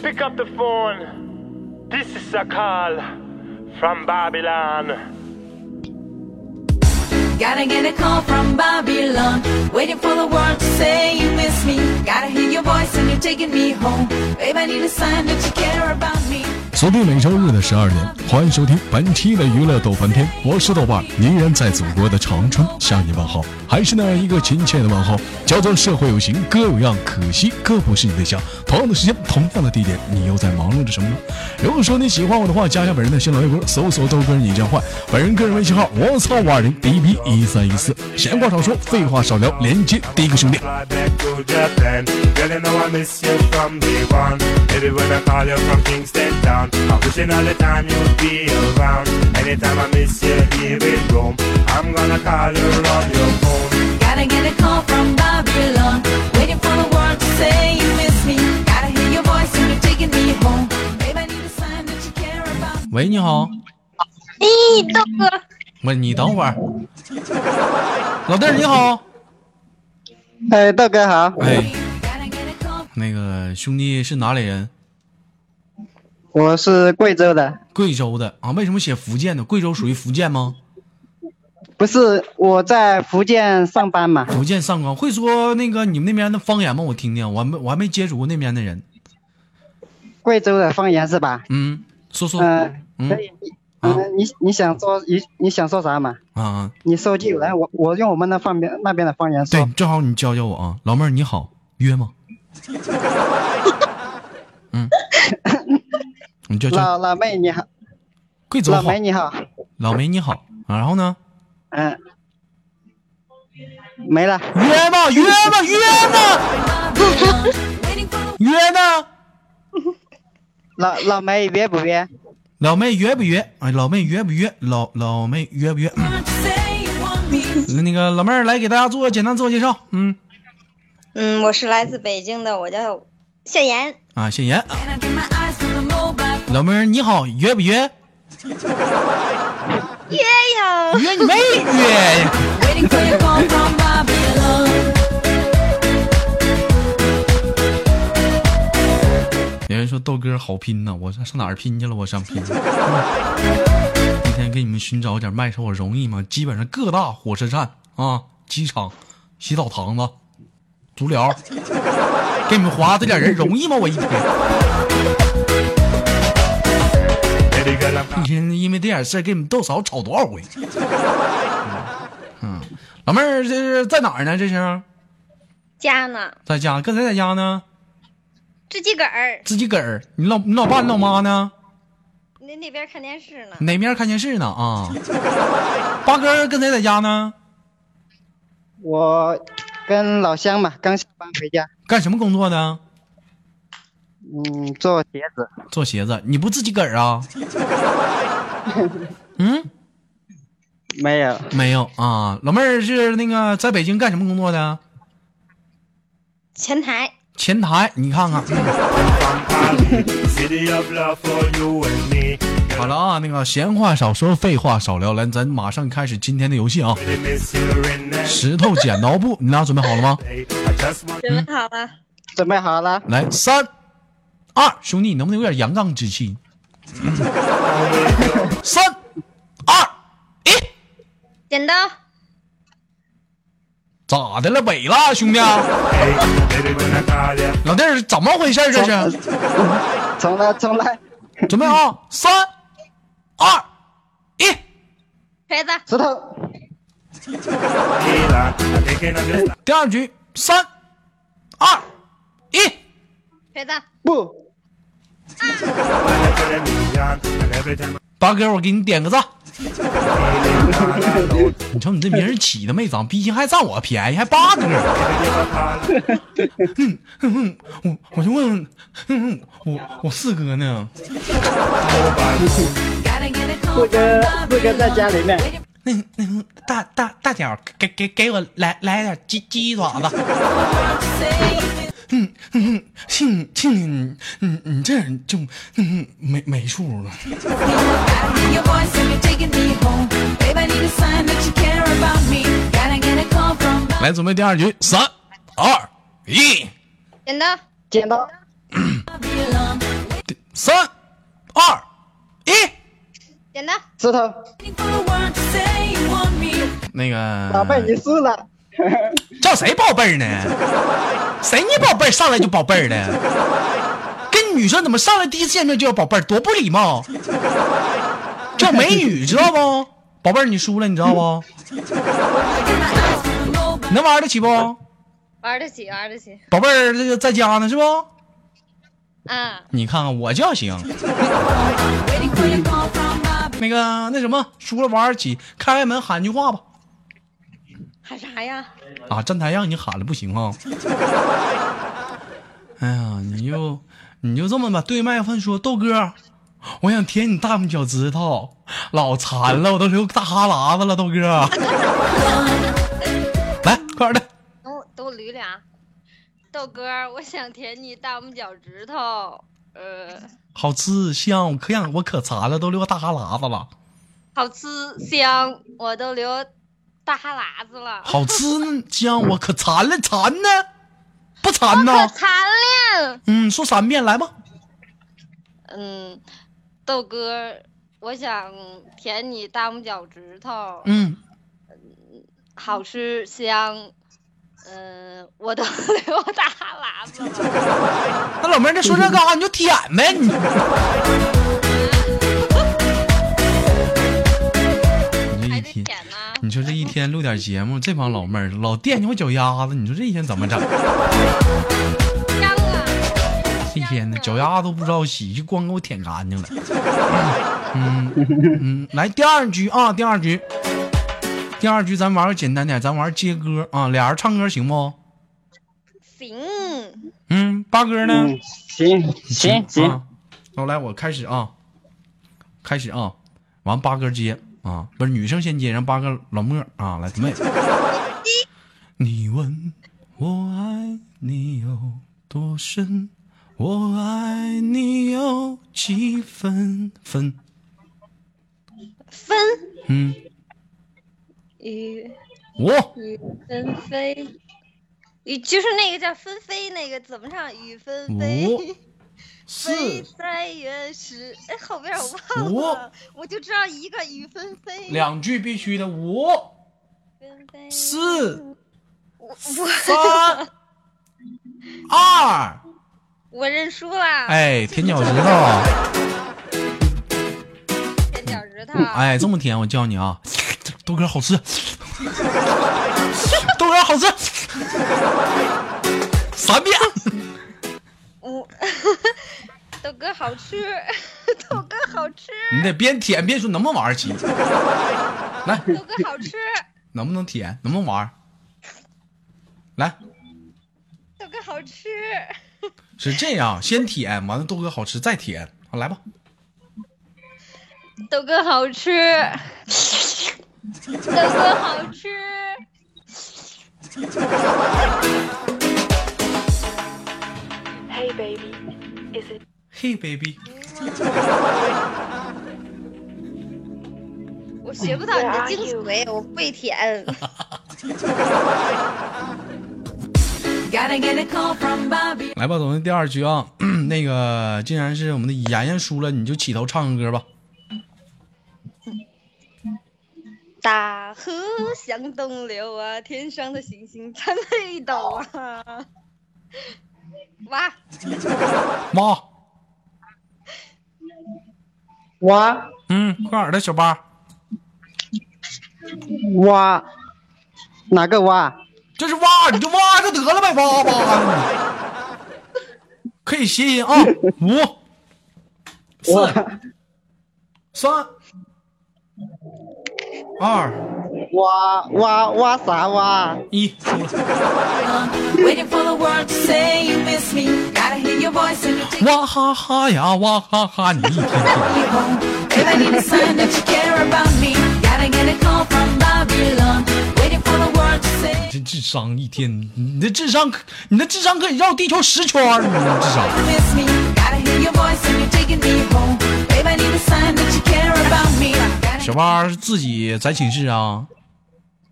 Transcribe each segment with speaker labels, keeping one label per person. Speaker 1: Pick up the phone. This is a call from Babylon.
Speaker 2: Gotta get a call from Babylon. Waiting for the world to say you miss me. Gotta hear your voice and you're taking me home. Babe, I need a sign that you care about me.
Speaker 3: 锁定每周日的十二点，欢迎收听本期的娱乐逗翻天，我是豆瓣，依然在祖国的长春向你问好，还是那一个亲切的问候，叫做社会有型，哥有样，可惜哥不是你对象。同样的时间，同样的地点，你又在忙碌着什么呢？如果说你喜欢我的话，加一下本人的新浪微博，搜索豆哥你这样换，本人个人微信号我操五二零 bb 一三一四，闲话少说，废话少聊，连接第一个兄弟。
Speaker 4: Fly back to Japan. Girl, you know I miss you from day one. Maybe when I call you from Kingston Town, I'm wishing all the time you'd be around. Anytime I miss you here in Rome, I'm gonna call you on your phone.
Speaker 2: Gotta get a call from Babylon. Waiting for the world to say you miss me. Gotta hear your voice and you're taking me home. Babe, I need a sign that you care about me.
Speaker 5: 喂，你好，
Speaker 6: 咦，哎豆哥，
Speaker 5: 喂，你等会儿，老弟儿你好，
Speaker 7: 哎，豆哥好，
Speaker 5: 哎，
Speaker 2: Gotta get a call
Speaker 5: 那个兄弟是哪里人？
Speaker 7: 我是贵州的，
Speaker 5: 贵州的啊？为什么写福建呢？贵州属于福建吗？
Speaker 7: 不是我在福建上班嘛？
Speaker 5: 福建上高会说那个你们那边的方言吗？我听听，我还没我还没接触过那边的人。
Speaker 7: 贵州的方言是吧？
Speaker 5: 嗯，说说，
Speaker 7: 嗯、
Speaker 5: 嗯
Speaker 7: 可以。你
Speaker 5: 啊
Speaker 7: 嗯、你你想说你你想说啥嘛？
Speaker 5: 啊，
Speaker 7: 你说就来，我我用我们那方边那边的方言
Speaker 5: 对
Speaker 7: 说。，
Speaker 5: 正好你教教我啊，老妹儿你好，约 吗？嗯，你叫叫
Speaker 7: 老老妹你好，
Speaker 5: 贵州
Speaker 7: 老
Speaker 5: 话
Speaker 7: 梅，你好，
Speaker 5: 老梅你好啊，然后呢？
Speaker 7: 嗯、没了，
Speaker 5: 约吧，约吧，约吧，
Speaker 2: Babylon. Waiting for the
Speaker 5: 约呢？
Speaker 7: 老老梅约不约？
Speaker 5: 老妹约不约？哎，老妹约不约？老老妹约不约？嗯
Speaker 2: world to say you want me.
Speaker 5: 那个老妹儿来给大家做个简单自我介绍。嗯，
Speaker 6: 嗯，我是来自北京的，我叫夏呃妍。
Speaker 5: 啊，谢言。
Speaker 2: And I get my eyes from the mobile.
Speaker 5: 老妹儿你好，约不约？
Speaker 6: 耶
Speaker 3: 哎
Speaker 6: 呀！
Speaker 5: 约你妹约呀！
Speaker 2: Waiting for your call from Babylon.
Speaker 5: 有人说豆哥好拼呐，我上上哪儿拼去了？我上拼去。嗯今天给你们寻找点卖手我容易吗？基本上各大火车站啊、机场、洗澡堂子、足疗，给你们划这点人容易吗？我一天
Speaker 4: Baby girl, I'm
Speaker 5: 一天因为这点事儿给你们豆嫂吵多少回？嗯，嗯老妹儿这是在哪儿呢？这是
Speaker 6: 家呢？
Speaker 5: 在家，跟谁在家呢？
Speaker 6: 自己个儿，
Speaker 5: 自己个儿，你老你老爸你老妈呢？
Speaker 6: 那那边看电视呢。
Speaker 5: 哪面看电视呢？啊，八哥儿跟谁在家呢？
Speaker 7: 我跟老乡嘛，刚下班回家，
Speaker 5: 干什么工作呢？
Speaker 7: 嗯，做鞋子，
Speaker 5: 做鞋子，你不自己个儿啊？嗯，
Speaker 7: 没有，
Speaker 5: 没有啊。老妹儿是那个在北京干什么工作的？
Speaker 6: 前台，
Speaker 5: 前台，你看看。
Speaker 4: from Cali, city of love for you and me.
Speaker 5: 好了啊，那个闲话少说，废话少聊，来，咱马上开始今天的游戏啊！
Speaker 4: Really miss you in that
Speaker 5: 石头剪刀布， 你俩准备好了吗？
Speaker 4: day. I just want
Speaker 6: 准备好了。
Speaker 7: 准备好了，
Speaker 5: 来，三、二，兄弟，你能不能有点阳刚之气？ 三、二、一，
Speaker 6: 剪刀，
Speaker 5: 咋的了？北了，兄弟啊，
Speaker 4: hey, baby when I call you.
Speaker 5: 老弟儿，怎么回事儿这 是？
Speaker 7: 重来重来，
Speaker 5: 准备啊，三、二、一，
Speaker 6: 锤子，
Speaker 7: 石头
Speaker 4: Kila, I'm thinking of this
Speaker 5: 第二局，三、二、一，
Speaker 6: 锤子，
Speaker 7: 不，
Speaker 4: life for the million. And every time
Speaker 5: 八哥，我给你点个赞。
Speaker 4: I'm feeling all alone,
Speaker 5: 你瞅你这名儿起的没长，毕竟还占我便宜，还八哥。我我就问，嗯，我我四哥呢？
Speaker 2: Gotta get a call
Speaker 7: 不
Speaker 2: from
Speaker 7: 跟不跟在
Speaker 2: Babylon.
Speaker 7: 家里面，
Speaker 5: 那那大大大脚，给给给我来来点鸡鸡爪子。
Speaker 2: Say you miss
Speaker 5: 嗯嗯，庆庆庆，你你你这人就嗯没没数了。
Speaker 2: me. Gotta hear your voice and you're taking me home. Babe, I need a sign that you care about me. Gotta get a call from Babylon.
Speaker 5: 来，准备第二局，三二一，
Speaker 6: 剪刀，
Speaker 7: 剪刀，
Speaker 5: 三、二、一。
Speaker 6: 剪刀，
Speaker 7: 石头，
Speaker 2: Waiting for a word to say you want me.
Speaker 5: 那
Speaker 7: 宝贝，你
Speaker 5: 个
Speaker 7: 输了。
Speaker 5: 叫谁宝贝儿呢？谁你宝贝儿上来就宝贝儿的？跟女生怎么上来第一次见面就叫宝贝儿，多不礼貌！叫美女知道不？宝贝儿，你输了，你知道不？你能玩得起不？
Speaker 6: 玩得起，玩得起
Speaker 5: 宝贝儿，这个在家呢是不？
Speaker 6: 啊！
Speaker 5: 你看看我就要行。
Speaker 2: Waiting for your call from Bobby.
Speaker 5: 那个那什么，输了玩儿起，开开门喊句话吧。
Speaker 6: 喊啥呀？
Speaker 5: 啊，站台让你喊了不行啊！ 哎呀，你就你就这么吧，对麦克风说，豆哥，我想舔你大拇脚趾头，老馋了，我都流大哈喇子了，豆哥，来，快点的，
Speaker 6: 等我等我捋俩。豆哥儿，我想舔你大拇脚趾头，呃，
Speaker 5: 好吃香，我可想我可馋了，都流大哈喇子了，
Speaker 6: 好吃香，我都流大哈喇子了。
Speaker 5: 好吃香，我可馋了，馋呢，不馋
Speaker 6: 我
Speaker 5: 呢
Speaker 6: 可？馋了。
Speaker 5: 嗯，说三遍来吧，
Speaker 6: 嗯，豆哥儿，我想舔你大拇脚趾头，
Speaker 5: 嗯，
Speaker 6: 好吃香。嗯、我都 流大哈喇子了。
Speaker 5: 那老妹儿，这说这干啥？你就舔呗，你。你这
Speaker 6: 还
Speaker 5: 一
Speaker 6: 得
Speaker 5: 天，
Speaker 6: 舔呢。
Speaker 5: 你说这一天录点节目，这帮老妹儿老惦记我脚丫子，你说这一天怎么整？嗯
Speaker 6: 香啊！
Speaker 5: 这一天呢，脚丫子都不知道洗，就光给我舔干净了。嗯嗯，来第二局啊，第二局，第二局咱玩个简单点，咱玩接歌啊，俩人唱歌行不？
Speaker 6: 行，
Speaker 5: 嗯，八哥呢？
Speaker 7: 嗯，行行行
Speaker 5: 啊，好、来我开始啊，开始啊，完八哥接啊，不是女生先接，让八哥老莫啊来准备。你问我爱你有多深，我爱你有几分分？
Speaker 6: 分
Speaker 5: 嗯，
Speaker 6: 雨
Speaker 5: 五
Speaker 6: 雨纷飞，雨就是那个叫纷飞那个怎么唱？雨纷
Speaker 5: 五
Speaker 6: 飞，飞
Speaker 5: 四
Speaker 6: 在原始。哎，后边我忘
Speaker 5: 五
Speaker 6: 了，我就知道一个雨纷飞。
Speaker 5: 两句必须的，五
Speaker 6: 纷飞，
Speaker 5: 四
Speaker 6: 我我
Speaker 5: 三二。
Speaker 6: 我认输啦！
Speaker 5: 哎，舔脚趾头，
Speaker 6: 舔脚趾头，
Speaker 5: 哎，这么甜，我教你啊，豆哥好吃， 豆哥好吃，三遍，
Speaker 6: 我嗯 豆哥好吃， 豆哥好吃，
Speaker 5: 你得边舔边说能不能玩儿起，来，
Speaker 6: 豆哥好吃，
Speaker 5: 能不能舔，能不能玩儿？来，
Speaker 6: 豆哥好吃，
Speaker 5: 是这样，先舔，完了豆哥好吃再舔，好来吧，
Speaker 6: 嗯豆哥好 吃，豆哥好吃，
Speaker 8: Hey baby, is it
Speaker 5: 嘿，baby，
Speaker 6: 我学不到你的精髓，我会舔。
Speaker 2: Gotta get a call from Bobby.
Speaker 5: 来吧，总们第二局啊， 那个既然是我们的妍妍输了，你就起头唱个歌吧，
Speaker 6: 大河向东流啊，天上的星星参北斗啊。哇，
Speaker 5: 妈，
Speaker 7: 挖
Speaker 5: 嗯，快点儿的小八。
Speaker 7: 挖，哪个挖？
Speaker 5: 这是挖，你就挖就得了呗，挖挖。可以谐音啊，五、四、三、二、
Speaker 7: 挖挖挖啥挖？
Speaker 5: 一，输了。
Speaker 2: Waiting for the word to say you miss me. Gotta hear your voice and you take
Speaker 5: 哇哈哈呀，哇哈哈，你一天天
Speaker 2: me home. If I need a sign that you care about me, gotta get a call from Babylon. Waiting for the word to say.
Speaker 5: 这智商一天，你的智商可，你的智商可以绕地球十圈儿，你的智商。
Speaker 2: You miss me, gotta hear your voice and you're taking me home. Babe, I need a sign that you care about me. Gotta
Speaker 5: 小八是自己在寝室啊，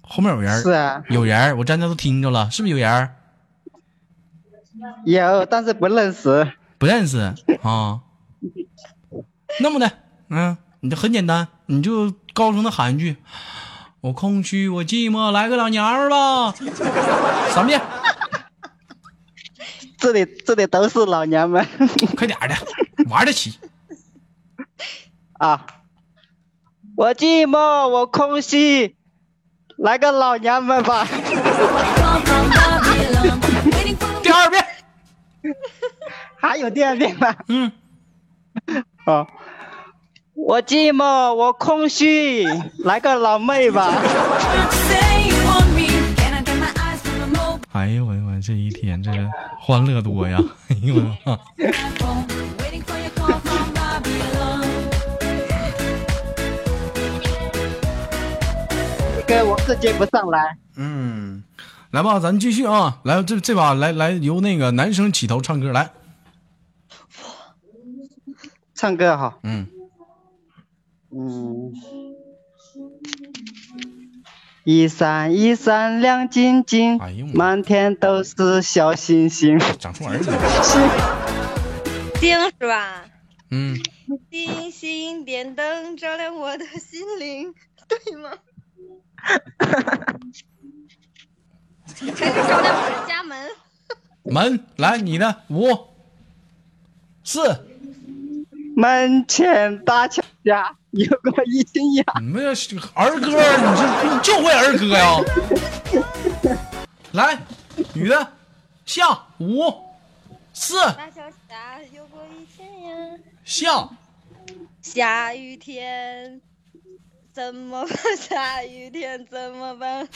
Speaker 5: 后面有人儿，
Speaker 7: 是啊
Speaker 5: 有人儿，我站那都听着了，是不是有人儿？
Speaker 7: 有，但是不认识。
Speaker 5: 不认识啊。那么的，嗯，你就很简单，你就高声的喊一句：“我空虚，我寂寞，来个老娘们儿吧！” 三遍，
Speaker 7: 这里这里都是老娘们
Speaker 5: 快点儿的，玩得起。
Speaker 7: 啊！我寂寞，我空虚，来个老娘们吧！
Speaker 2: Come from Babylon, waiting for the
Speaker 5: 第二遍，
Speaker 7: 还有第二遍吗？
Speaker 5: 嗯，
Speaker 7: 啊！我寂寞，我空虚，来个老妹吧！
Speaker 2: world to say you want me. Can I get my eyes from the mobile
Speaker 5: 哎呦我的妈，这一天这欢乐多呀！ 哎呦我的妈，
Speaker 2: phone? Waiting for your call from Babylon.
Speaker 7: 这个我是接不上来。
Speaker 5: 嗯，来吧，咱继续啊，来这这把来来由那个男生起头唱歌来，
Speaker 7: 唱歌哈，
Speaker 5: 嗯，
Speaker 7: 嗯。一闪一闪亮晶晶
Speaker 5: 哎呦，
Speaker 7: 满天都是小星星。
Speaker 5: 长出儿子了，
Speaker 6: 丁是吧？
Speaker 5: 嗯，
Speaker 6: 星星点灯，照亮我的心灵，对吗？ 还是照亮我的家门？
Speaker 5: 门来你的五四。
Speaker 7: 门前大桥下有个一心眼，
Speaker 5: 你们这儿歌，你这就会儿歌呀？来，女的，下五四
Speaker 6: 大桥下有过一天呀，
Speaker 5: 下，
Speaker 6: 下雨天。怎么办？下雨天怎 么办？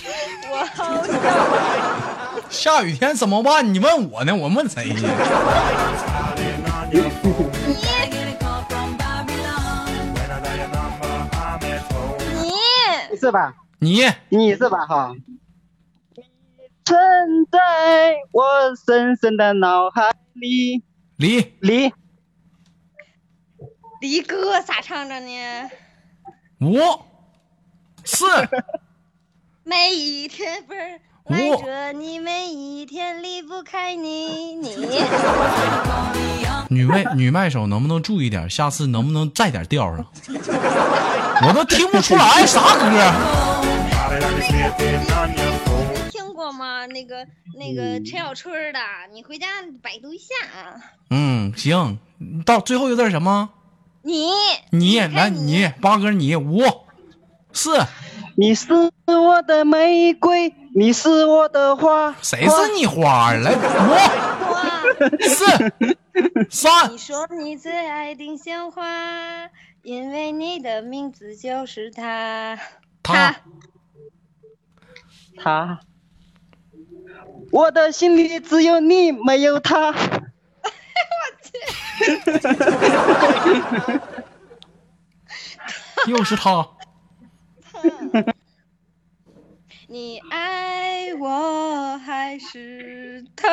Speaker 6: 我好想
Speaker 5: 下雨天怎么办？你问我呢，我问谁去？
Speaker 4: Calling on your phone.
Speaker 2: Can I get a call from Babylon?
Speaker 4: When I dial your number, I'm at home.
Speaker 6: 你。
Speaker 7: 是吧？
Speaker 5: 你
Speaker 7: 你是吧？哈，你存在我深深的脑海里。
Speaker 5: 离
Speaker 7: 离
Speaker 6: 离歌咋唱着呢？
Speaker 5: 五四，
Speaker 6: 每一天不是
Speaker 5: 哦
Speaker 6: 赖着你，每一天离不开你，你
Speaker 5: 女麦女麦手能不能注意点？下次能不能再点调上？我都听不出来啥歌。
Speaker 4: Calling on your sleeping on your phone.
Speaker 6: 听过吗？那个那个陈小春儿的，你回家百度一下啊。
Speaker 5: 嗯，行，到最后一个字儿什么？
Speaker 6: 你
Speaker 5: 你
Speaker 6: 看
Speaker 5: 来
Speaker 6: 你
Speaker 5: 你八哥你五四。
Speaker 7: 你是我的玫瑰，你是我的花。
Speaker 5: 谁是你花儿？来，五、
Speaker 6: 哇，
Speaker 5: 四、三
Speaker 6: 你，说你最爱丁香花，因为你的名字就是它。
Speaker 5: 他
Speaker 7: 他？我的心里只有你，没有他。
Speaker 5: 又是他，
Speaker 6: 你爱我还是他？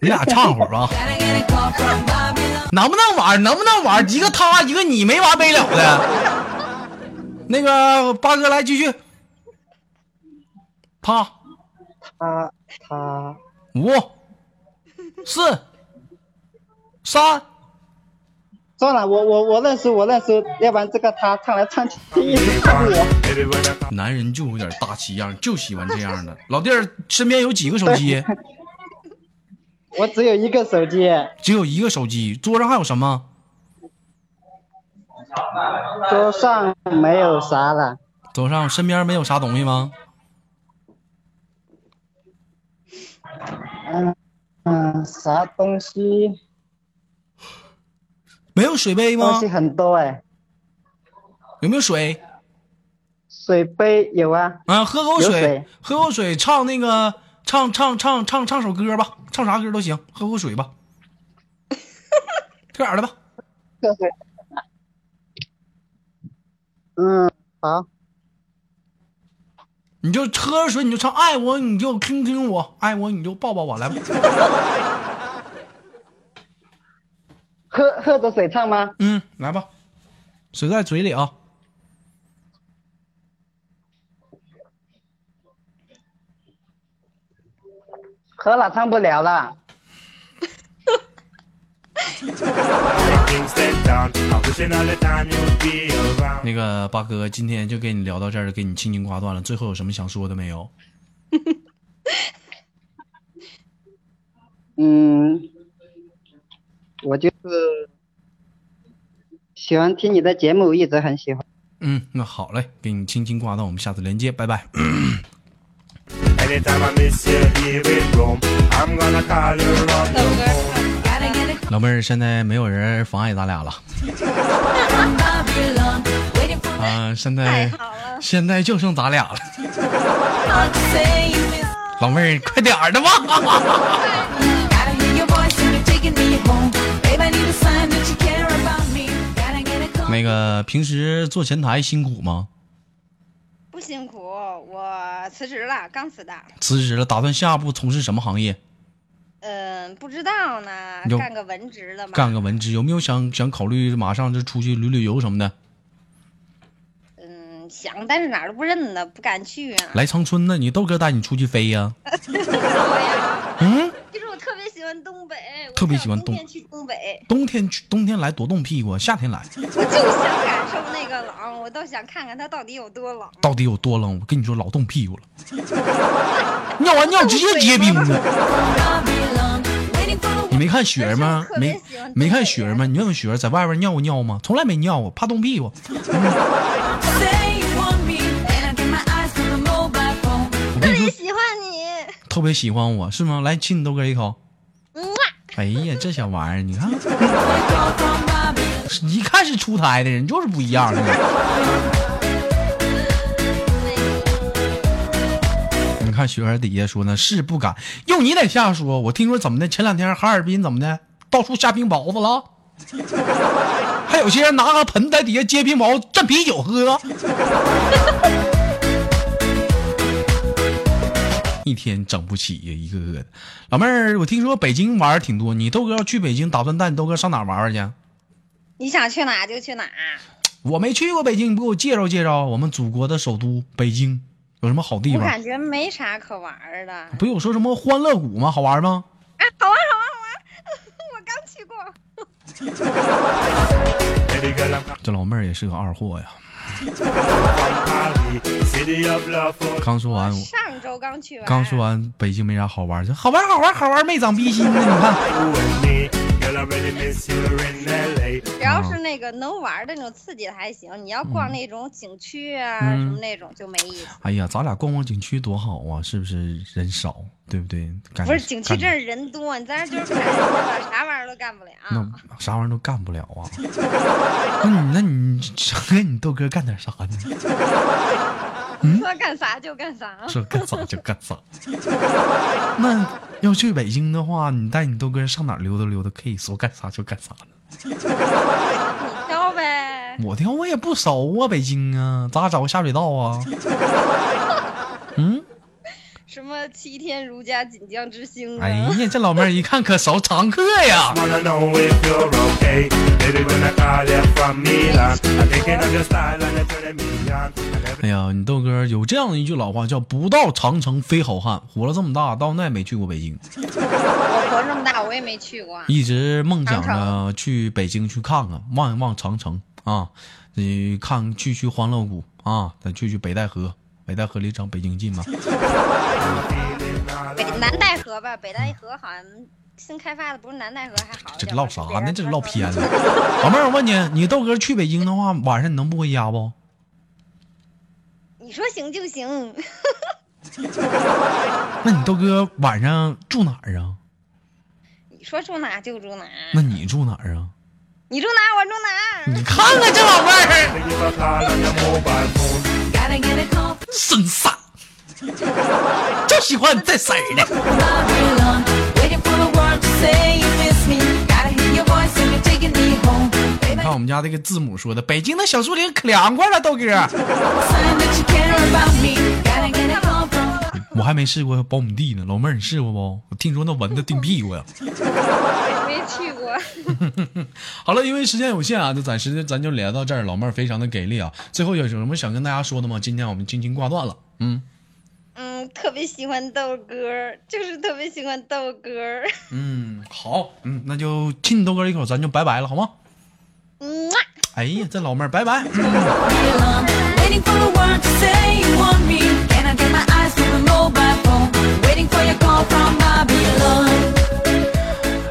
Speaker 5: 你俩唱会儿吧，
Speaker 2: Can I get a call from Babylon?
Speaker 5: 能不能玩儿？能不能玩儿？一个他，一个你，没完没了的。那个八哥来继续，他
Speaker 7: 他他
Speaker 5: 五、四、三，
Speaker 7: 算了，我我我认输，我认输，要不然这个他唱来唱去一直唱我。
Speaker 4: Everyone I
Speaker 5: 男人就有点大气样，就喜欢这样的。老弟儿身边有几个手机？
Speaker 7: 我只有一个手机，
Speaker 5: 只有一个手机，桌上还有什么？
Speaker 7: 桌上没有啥了。
Speaker 5: 桌上身边没有啥东西吗？
Speaker 7: 嗯嗯，啥东西？
Speaker 5: 没有水杯
Speaker 7: 东
Speaker 5: 吗
Speaker 7: 西？很多哎、
Speaker 5: 有没有水？
Speaker 7: 水杯有啊，
Speaker 5: 啊，喝口水，
Speaker 7: 有水
Speaker 5: 喝口水，唱那个，唱唱唱唱唱首歌吧，唱啥歌都行，喝口水吧，快点儿的吧，
Speaker 7: 这是。嗯，好，
Speaker 5: 你就喝口水，你就唱爱我，你就亲亲我，爱我你就抱抱我，来吧，
Speaker 7: 喝喝着水唱吗？
Speaker 5: 嗯，来吧，水在嘴里啊，
Speaker 7: 喝了唱不了了。
Speaker 4: Kingston town. I'm wishing all the time you would be around.
Speaker 5: 那个八哥，今天就跟你聊到这儿，给你轻轻挂断了。最后有什么想说的没有？
Speaker 7: 嗯，我就是喜欢听你的节目，一直很喜欢。
Speaker 5: 嗯，那好嘞，给你轻轻挂断，我们下次连接，拜拜。
Speaker 4: Anytime I miss you here in Rome, I'm gonna call you on the phone.
Speaker 2: Gotta get it
Speaker 5: 老妹儿，现在没有人妨碍咱俩了
Speaker 2: from Babylon. Waiting for
Speaker 5: 啊、现
Speaker 6: 太
Speaker 5: 在
Speaker 6: 好了，
Speaker 5: 现在就剩咱俩了。
Speaker 2: heart to say you miss me.
Speaker 5: 老妹儿，快点儿的吧。
Speaker 2: Gotta hear your voice and you're taking me home. Babe, I need a sign that you care about me. Gotta get it
Speaker 5: 那个平时做前台辛苦吗？
Speaker 6: 不辛苦，我辞职了，刚辞的。
Speaker 5: 辞职了，打算下一步从事什么行业？
Speaker 6: 嗯，不知道呢
Speaker 5: 你就，
Speaker 6: 干个文职的嘛。
Speaker 5: 干个文职？有没有想想考虑马上就出去旅旅游什么的？
Speaker 6: 嗯，想，但是哪儿都不认得，不敢去啊。
Speaker 5: 来长春呢？你豆哥带你出去飞呀、
Speaker 6: 其实我特别喜欢东北，我
Speaker 5: 特别
Speaker 6: 想
Speaker 5: 喜欢东
Speaker 6: 冬天去东北，
Speaker 5: 冬天去，冬天来多冻屁股啊，夏天来
Speaker 6: 我就想感受那个冷，我倒想看看它到底有多冷。
Speaker 5: 到底有多冷？我跟你说，老冻屁股了。尿完尿直接结冰了，
Speaker 2: from Babylon. Waiting for the
Speaker 5: 你没看雪儿吗
Speaker 6: 但是我？特别
Speaker 5: 没
Speaker 6: 喜欢
Speaker 5: 没看
Speaker 6: 东北
Speaker 5: 雪儿
Speaker 6: 人
Speaker 5: 吗？你问问雪儿，在外边尿过尿吗？从来没尿过，怕冻屁股。
Speaker 2: world to say you want me. And I get my eyes from the mobile phone.
Speaker 5: 我跟你
Speaker 6: 也
Speaker 5: 说，
Speaker 6: 喜欢你，
Speaker 5: 特别喜欢我是吗？来亲你豆哥一口。
Speaker 6: 嗯，
Speaker 5: 哎呀，这小玩意儿，你看，
Speaker 2: They call from Babylon.
Speaker 5: 是一看是出胎的人，就是不一样的。你看雪儿底下说呢，是不敢用你在下说。我听说怎么的，前两天哈尔滨怎么的，到处下冰雹子了，还有些人拿个盆子在底下接冰雹蘸啤酒喝。一天整不起呀，一个个的。老妹儿，我听说北京玩儿挺多，你豆哥要去北京，打算带你豆哥上哪儿玩玩去？
Speaker 6: 你想去哪就去哪。
Speaker 5: 哎我没去过北京，你不给我介绍介绍我们祖国的首都北京有什么好地
Speaker 6: 我
Speaker 5: 方？
Speaker 6: 感觉没啥可玩儿的。啊，
Speaker 5: 不有说什么欢乐谷吗？好玩吗？
Speaker 6: 好玩儿，好玩儿，好玩儿！ 我刚去过，
Speaker 4: Baby girl, I'm from
Speaker 5: 这老妹儿也是个二货呀！
Speaker 4: Paris, city of love for
Speaker 5: 刚说完，啊我
Speaker 6: 上周刚去玩。
Speaker 5: 刚说。完北京没啥好玩儿，这好玩儿好玩儿好玩儿，没长逼心呢。你看，
Speaker 4: you and me. Girl, I really miss you in LA.
Speaker 6: 只要
Speaker 5: 啊
Speaker 6: 是那个能玩儿的那种刺激的还行，你要逛那种景区啊、
Speaker 5: 嗯
Speaker 6: 什么那种就没意思。
Speaker 5: 哎呀，咱俩逛逛景区多好啊，是不是？人少，对不对？感
Speaker 6: 不
Speaker 5: 觉
Speaker 6: 是景区
Speaker 5: 感觉
Speaker 6: 这儿人多，你在那儿就是看人家吧，啥玩意儿都干不了。啊
Speaker 5: 那啥玩意儿都干不了啊！ 那你那你想跟你豆哥干点啥呢？嗯
Speaker 6: 说干啥就干啥。
Speaker 5: 说干啥就干啥。那要去北京的话，你带你豆哥上哪儿溜达溜达，可以说干啥就干啥呢？
Speaker 6: 你挑呗，
Speaker 5: 我的我也不熟啊，北京啊，咋找个下水道啊？嗯，
Speaker 6: 什么七天如家锦江之星
Speaker 5: 哎
Speaker 6: 啊，
Speaker 5: 呀，这老妹儿一看可熟常客呀。
Speaker 4: Wanna know if you're okay? Baby, when I call you from Milan, I'm thinking of your style and you're turning me on. And every
Speaker 5: 哎呀，你豆哥有这样的一句老话叫“不到长城非好汉”，活了这么大，到现在没去过北京，
Speaker 6: 我活这么大我也没去过。
Speaker 5: 一直梦想
Speaker 6: 长
Speaker 5: 着去北京去看看，望一望长城啊，你看去去欢乐谷啊，再去去北戴河，北戴河离长北京近吗？
Speaker 4: feeling all
Speaker 6: 北南戴河吧，北戴河好像新开发的，不是南戴河还好一
Speaker 5: 这
Speaker 6: 点吧。
Speaker 5: 唠啥
Speaker 6: 别
Speaker 5: 呢？
Speaker 6: 人
Speaker 5: 这
Speaker 6: 说
Speaker 5: 唠偏了。老妹儿，我问你，你豆哥去北京的话，晚上你能不回家不？
Speaker 6: 你说行就行，
Speaker 5: 那你豆哥晚上住哪儿啊？
Speaker 6: 你说住哪就住哪，
Speaker 5: 那你住哪儿啊？
Speaker 6: 你住哪我住哪。
Speaker 5: 你看看这老妹儿，
Speaker 4: Give a call on your mobile phone.
Speaker 2: Gotta get it call from
Speaker 5: 真傻，就喜欢这色儿的。
Speaker 2: Babylon. Waiting for the world to say you miss me. Gotta hear your voice and you're taking me home. Babe,
Speaker 5: 你
Speaker 2: I
Speaker 5: 看我们家这个字母说的，北京的小树林可凉快了，豆哥。
Speaker 2: sign that you care about me. Gotta get it all from
Speaker 5: 我还没试过苞米地呢，老妹儿你试过不？我听说那蚊子叮屁股呀。
Speaker 6: 我也没去过，
Speaker 5: 好了，因为时间有限啊，就暂时咱就聊到这儿。老妹儿非常的给力啊。最后有什么想跟大家说的吗？今天我们轻轻挂断了。嗯
Speaker 6: 嗯，特别喜欢豆哥儿，就是特别喜欢豆哥儿。
Speaker 5: 嗯，好，嗯，那就亲豆哥一口，咱就拜拜了，好吗？
Speaker 6: 嗯，
Speaker 9: 哎呀，这老妹儿，拜拜。
Speaker 2: Waiting for a word to say you want me. Can I get my eyes from a mobile phone? Waiting for your call from Babylon.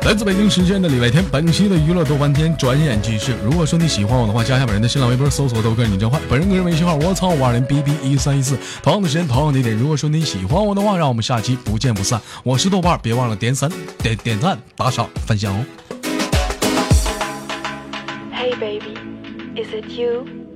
Speaker 5: 来自北京时间的礼拜天，本期的娱乐豆翻天转眼即逝。如果说你喜欢我的话，加一下本人的新浪微博，搜索豆哥你真坏。本人个人微信号：我操五二零 b b 一三一四。同样的时间，同样的地点。如果说你喜欢我的话，让我们下期不见不散。我是豆瓣儿，别忘了点三点点赞、打赏、分享哦。
Speaker 8: Hey baby, is it you?